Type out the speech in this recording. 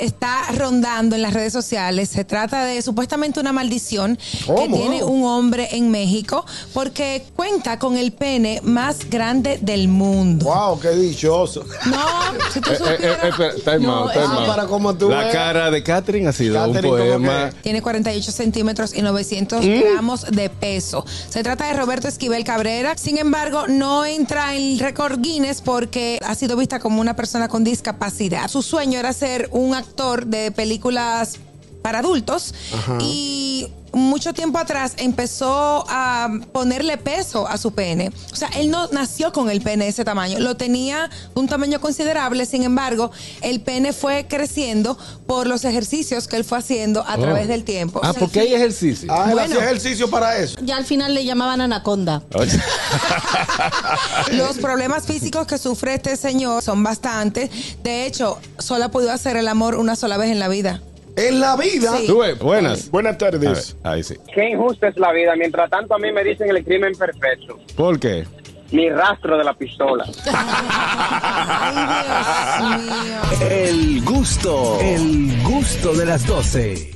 está rondando en las redes sociales. Se trata de supuestamente una maldición que ¿Cómo? tiene un hombre en México porque cuenta con el pene más grande del mundo. Wow, qué dichoso. No, si tú Eh, eh, eh, supieras. espera, está No, mal, está es- Ah, mal. para como tú La ves. cara de Catherine ha sido Catherine, un ¿cómo poema. que? Tiene 48 centímetros y 900 gramos de peso. Se trata de Roberto Esquivel Cabrera. Sin embargo, no entra en el récord Guinness porque ha sido vista como una persona con discapacidad. Su sueño era ser un actor de películas para adultos y mucho tiempo atrás empezó a ponerle peso a su pene. O sea, él no nació con el pene de ese tamaño, lo tenía un tamaño considerable, sin embargo, el pene fue creciendo por los ejercicios que él fue haciendo a través del tiempo. Ah, O sea, porque hay ejercicio. Ah, él Bueno. hacía ejercicio para eso. Ya al final le llamaban anaconda. Oye. Los problemas físicos que sufre este señor son bastantes. De hecho, solo ha podido hacer el amor una sola vez en la vida. En la vida. Sí. Tú ves, buenas. Buenas A ver, tardes. ahí sí. Qué injusta es la vida. Mientras tanto, a mí me dicen el crimen perfecto. ¿Por qué? Mi rastro de la pistola. Ay, Dios mío. El gusto, el gusto de las 12.